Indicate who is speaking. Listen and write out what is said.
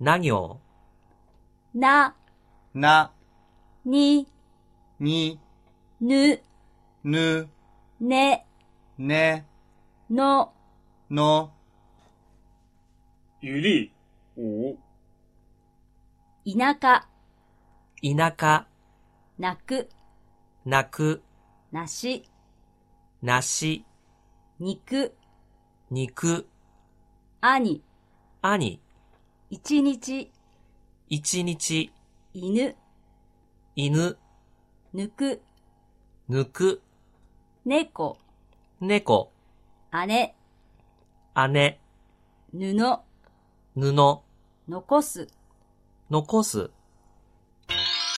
Speaker 1: な行、
Speaker 2: な、
Speaker 3: な、
Speaker 2: に、
Speaker 3: に、
Speaker 2: ぬ、
Speaker 3: ぬ、
Speaker 2: ね、
Speaker 3: ね、
Speaker 2: の、
Speaker 3: の、
Speaker 4: 雨力五
Speaker 2: 田舎、
Speaker 1: 田舎、
Speaker 2: 泣く、
Speaker 1: 泣く、
Speaker 2: 梨、
Speaker 1: 梨、
Speaker 2: 肉、
Speaker 1: 肉、
Speaker 2: 兄、
Speaker 1: 兄、
Speaker 2: 一日、
Speaker 1: 一日、
Speaker 2: 犬、
Speaker 1: 犬、
Speaker 2: 抜く、
Speaker 1: 抜く、
Speaker 2: 猫、
Speaker 1: 猫、
Speaker 2: 姉、
Speaker 1: 姉、
Speaker 2: 布、
Speaker 1: 布、
Speaker 2: 残す、
Speaker 1: 残す、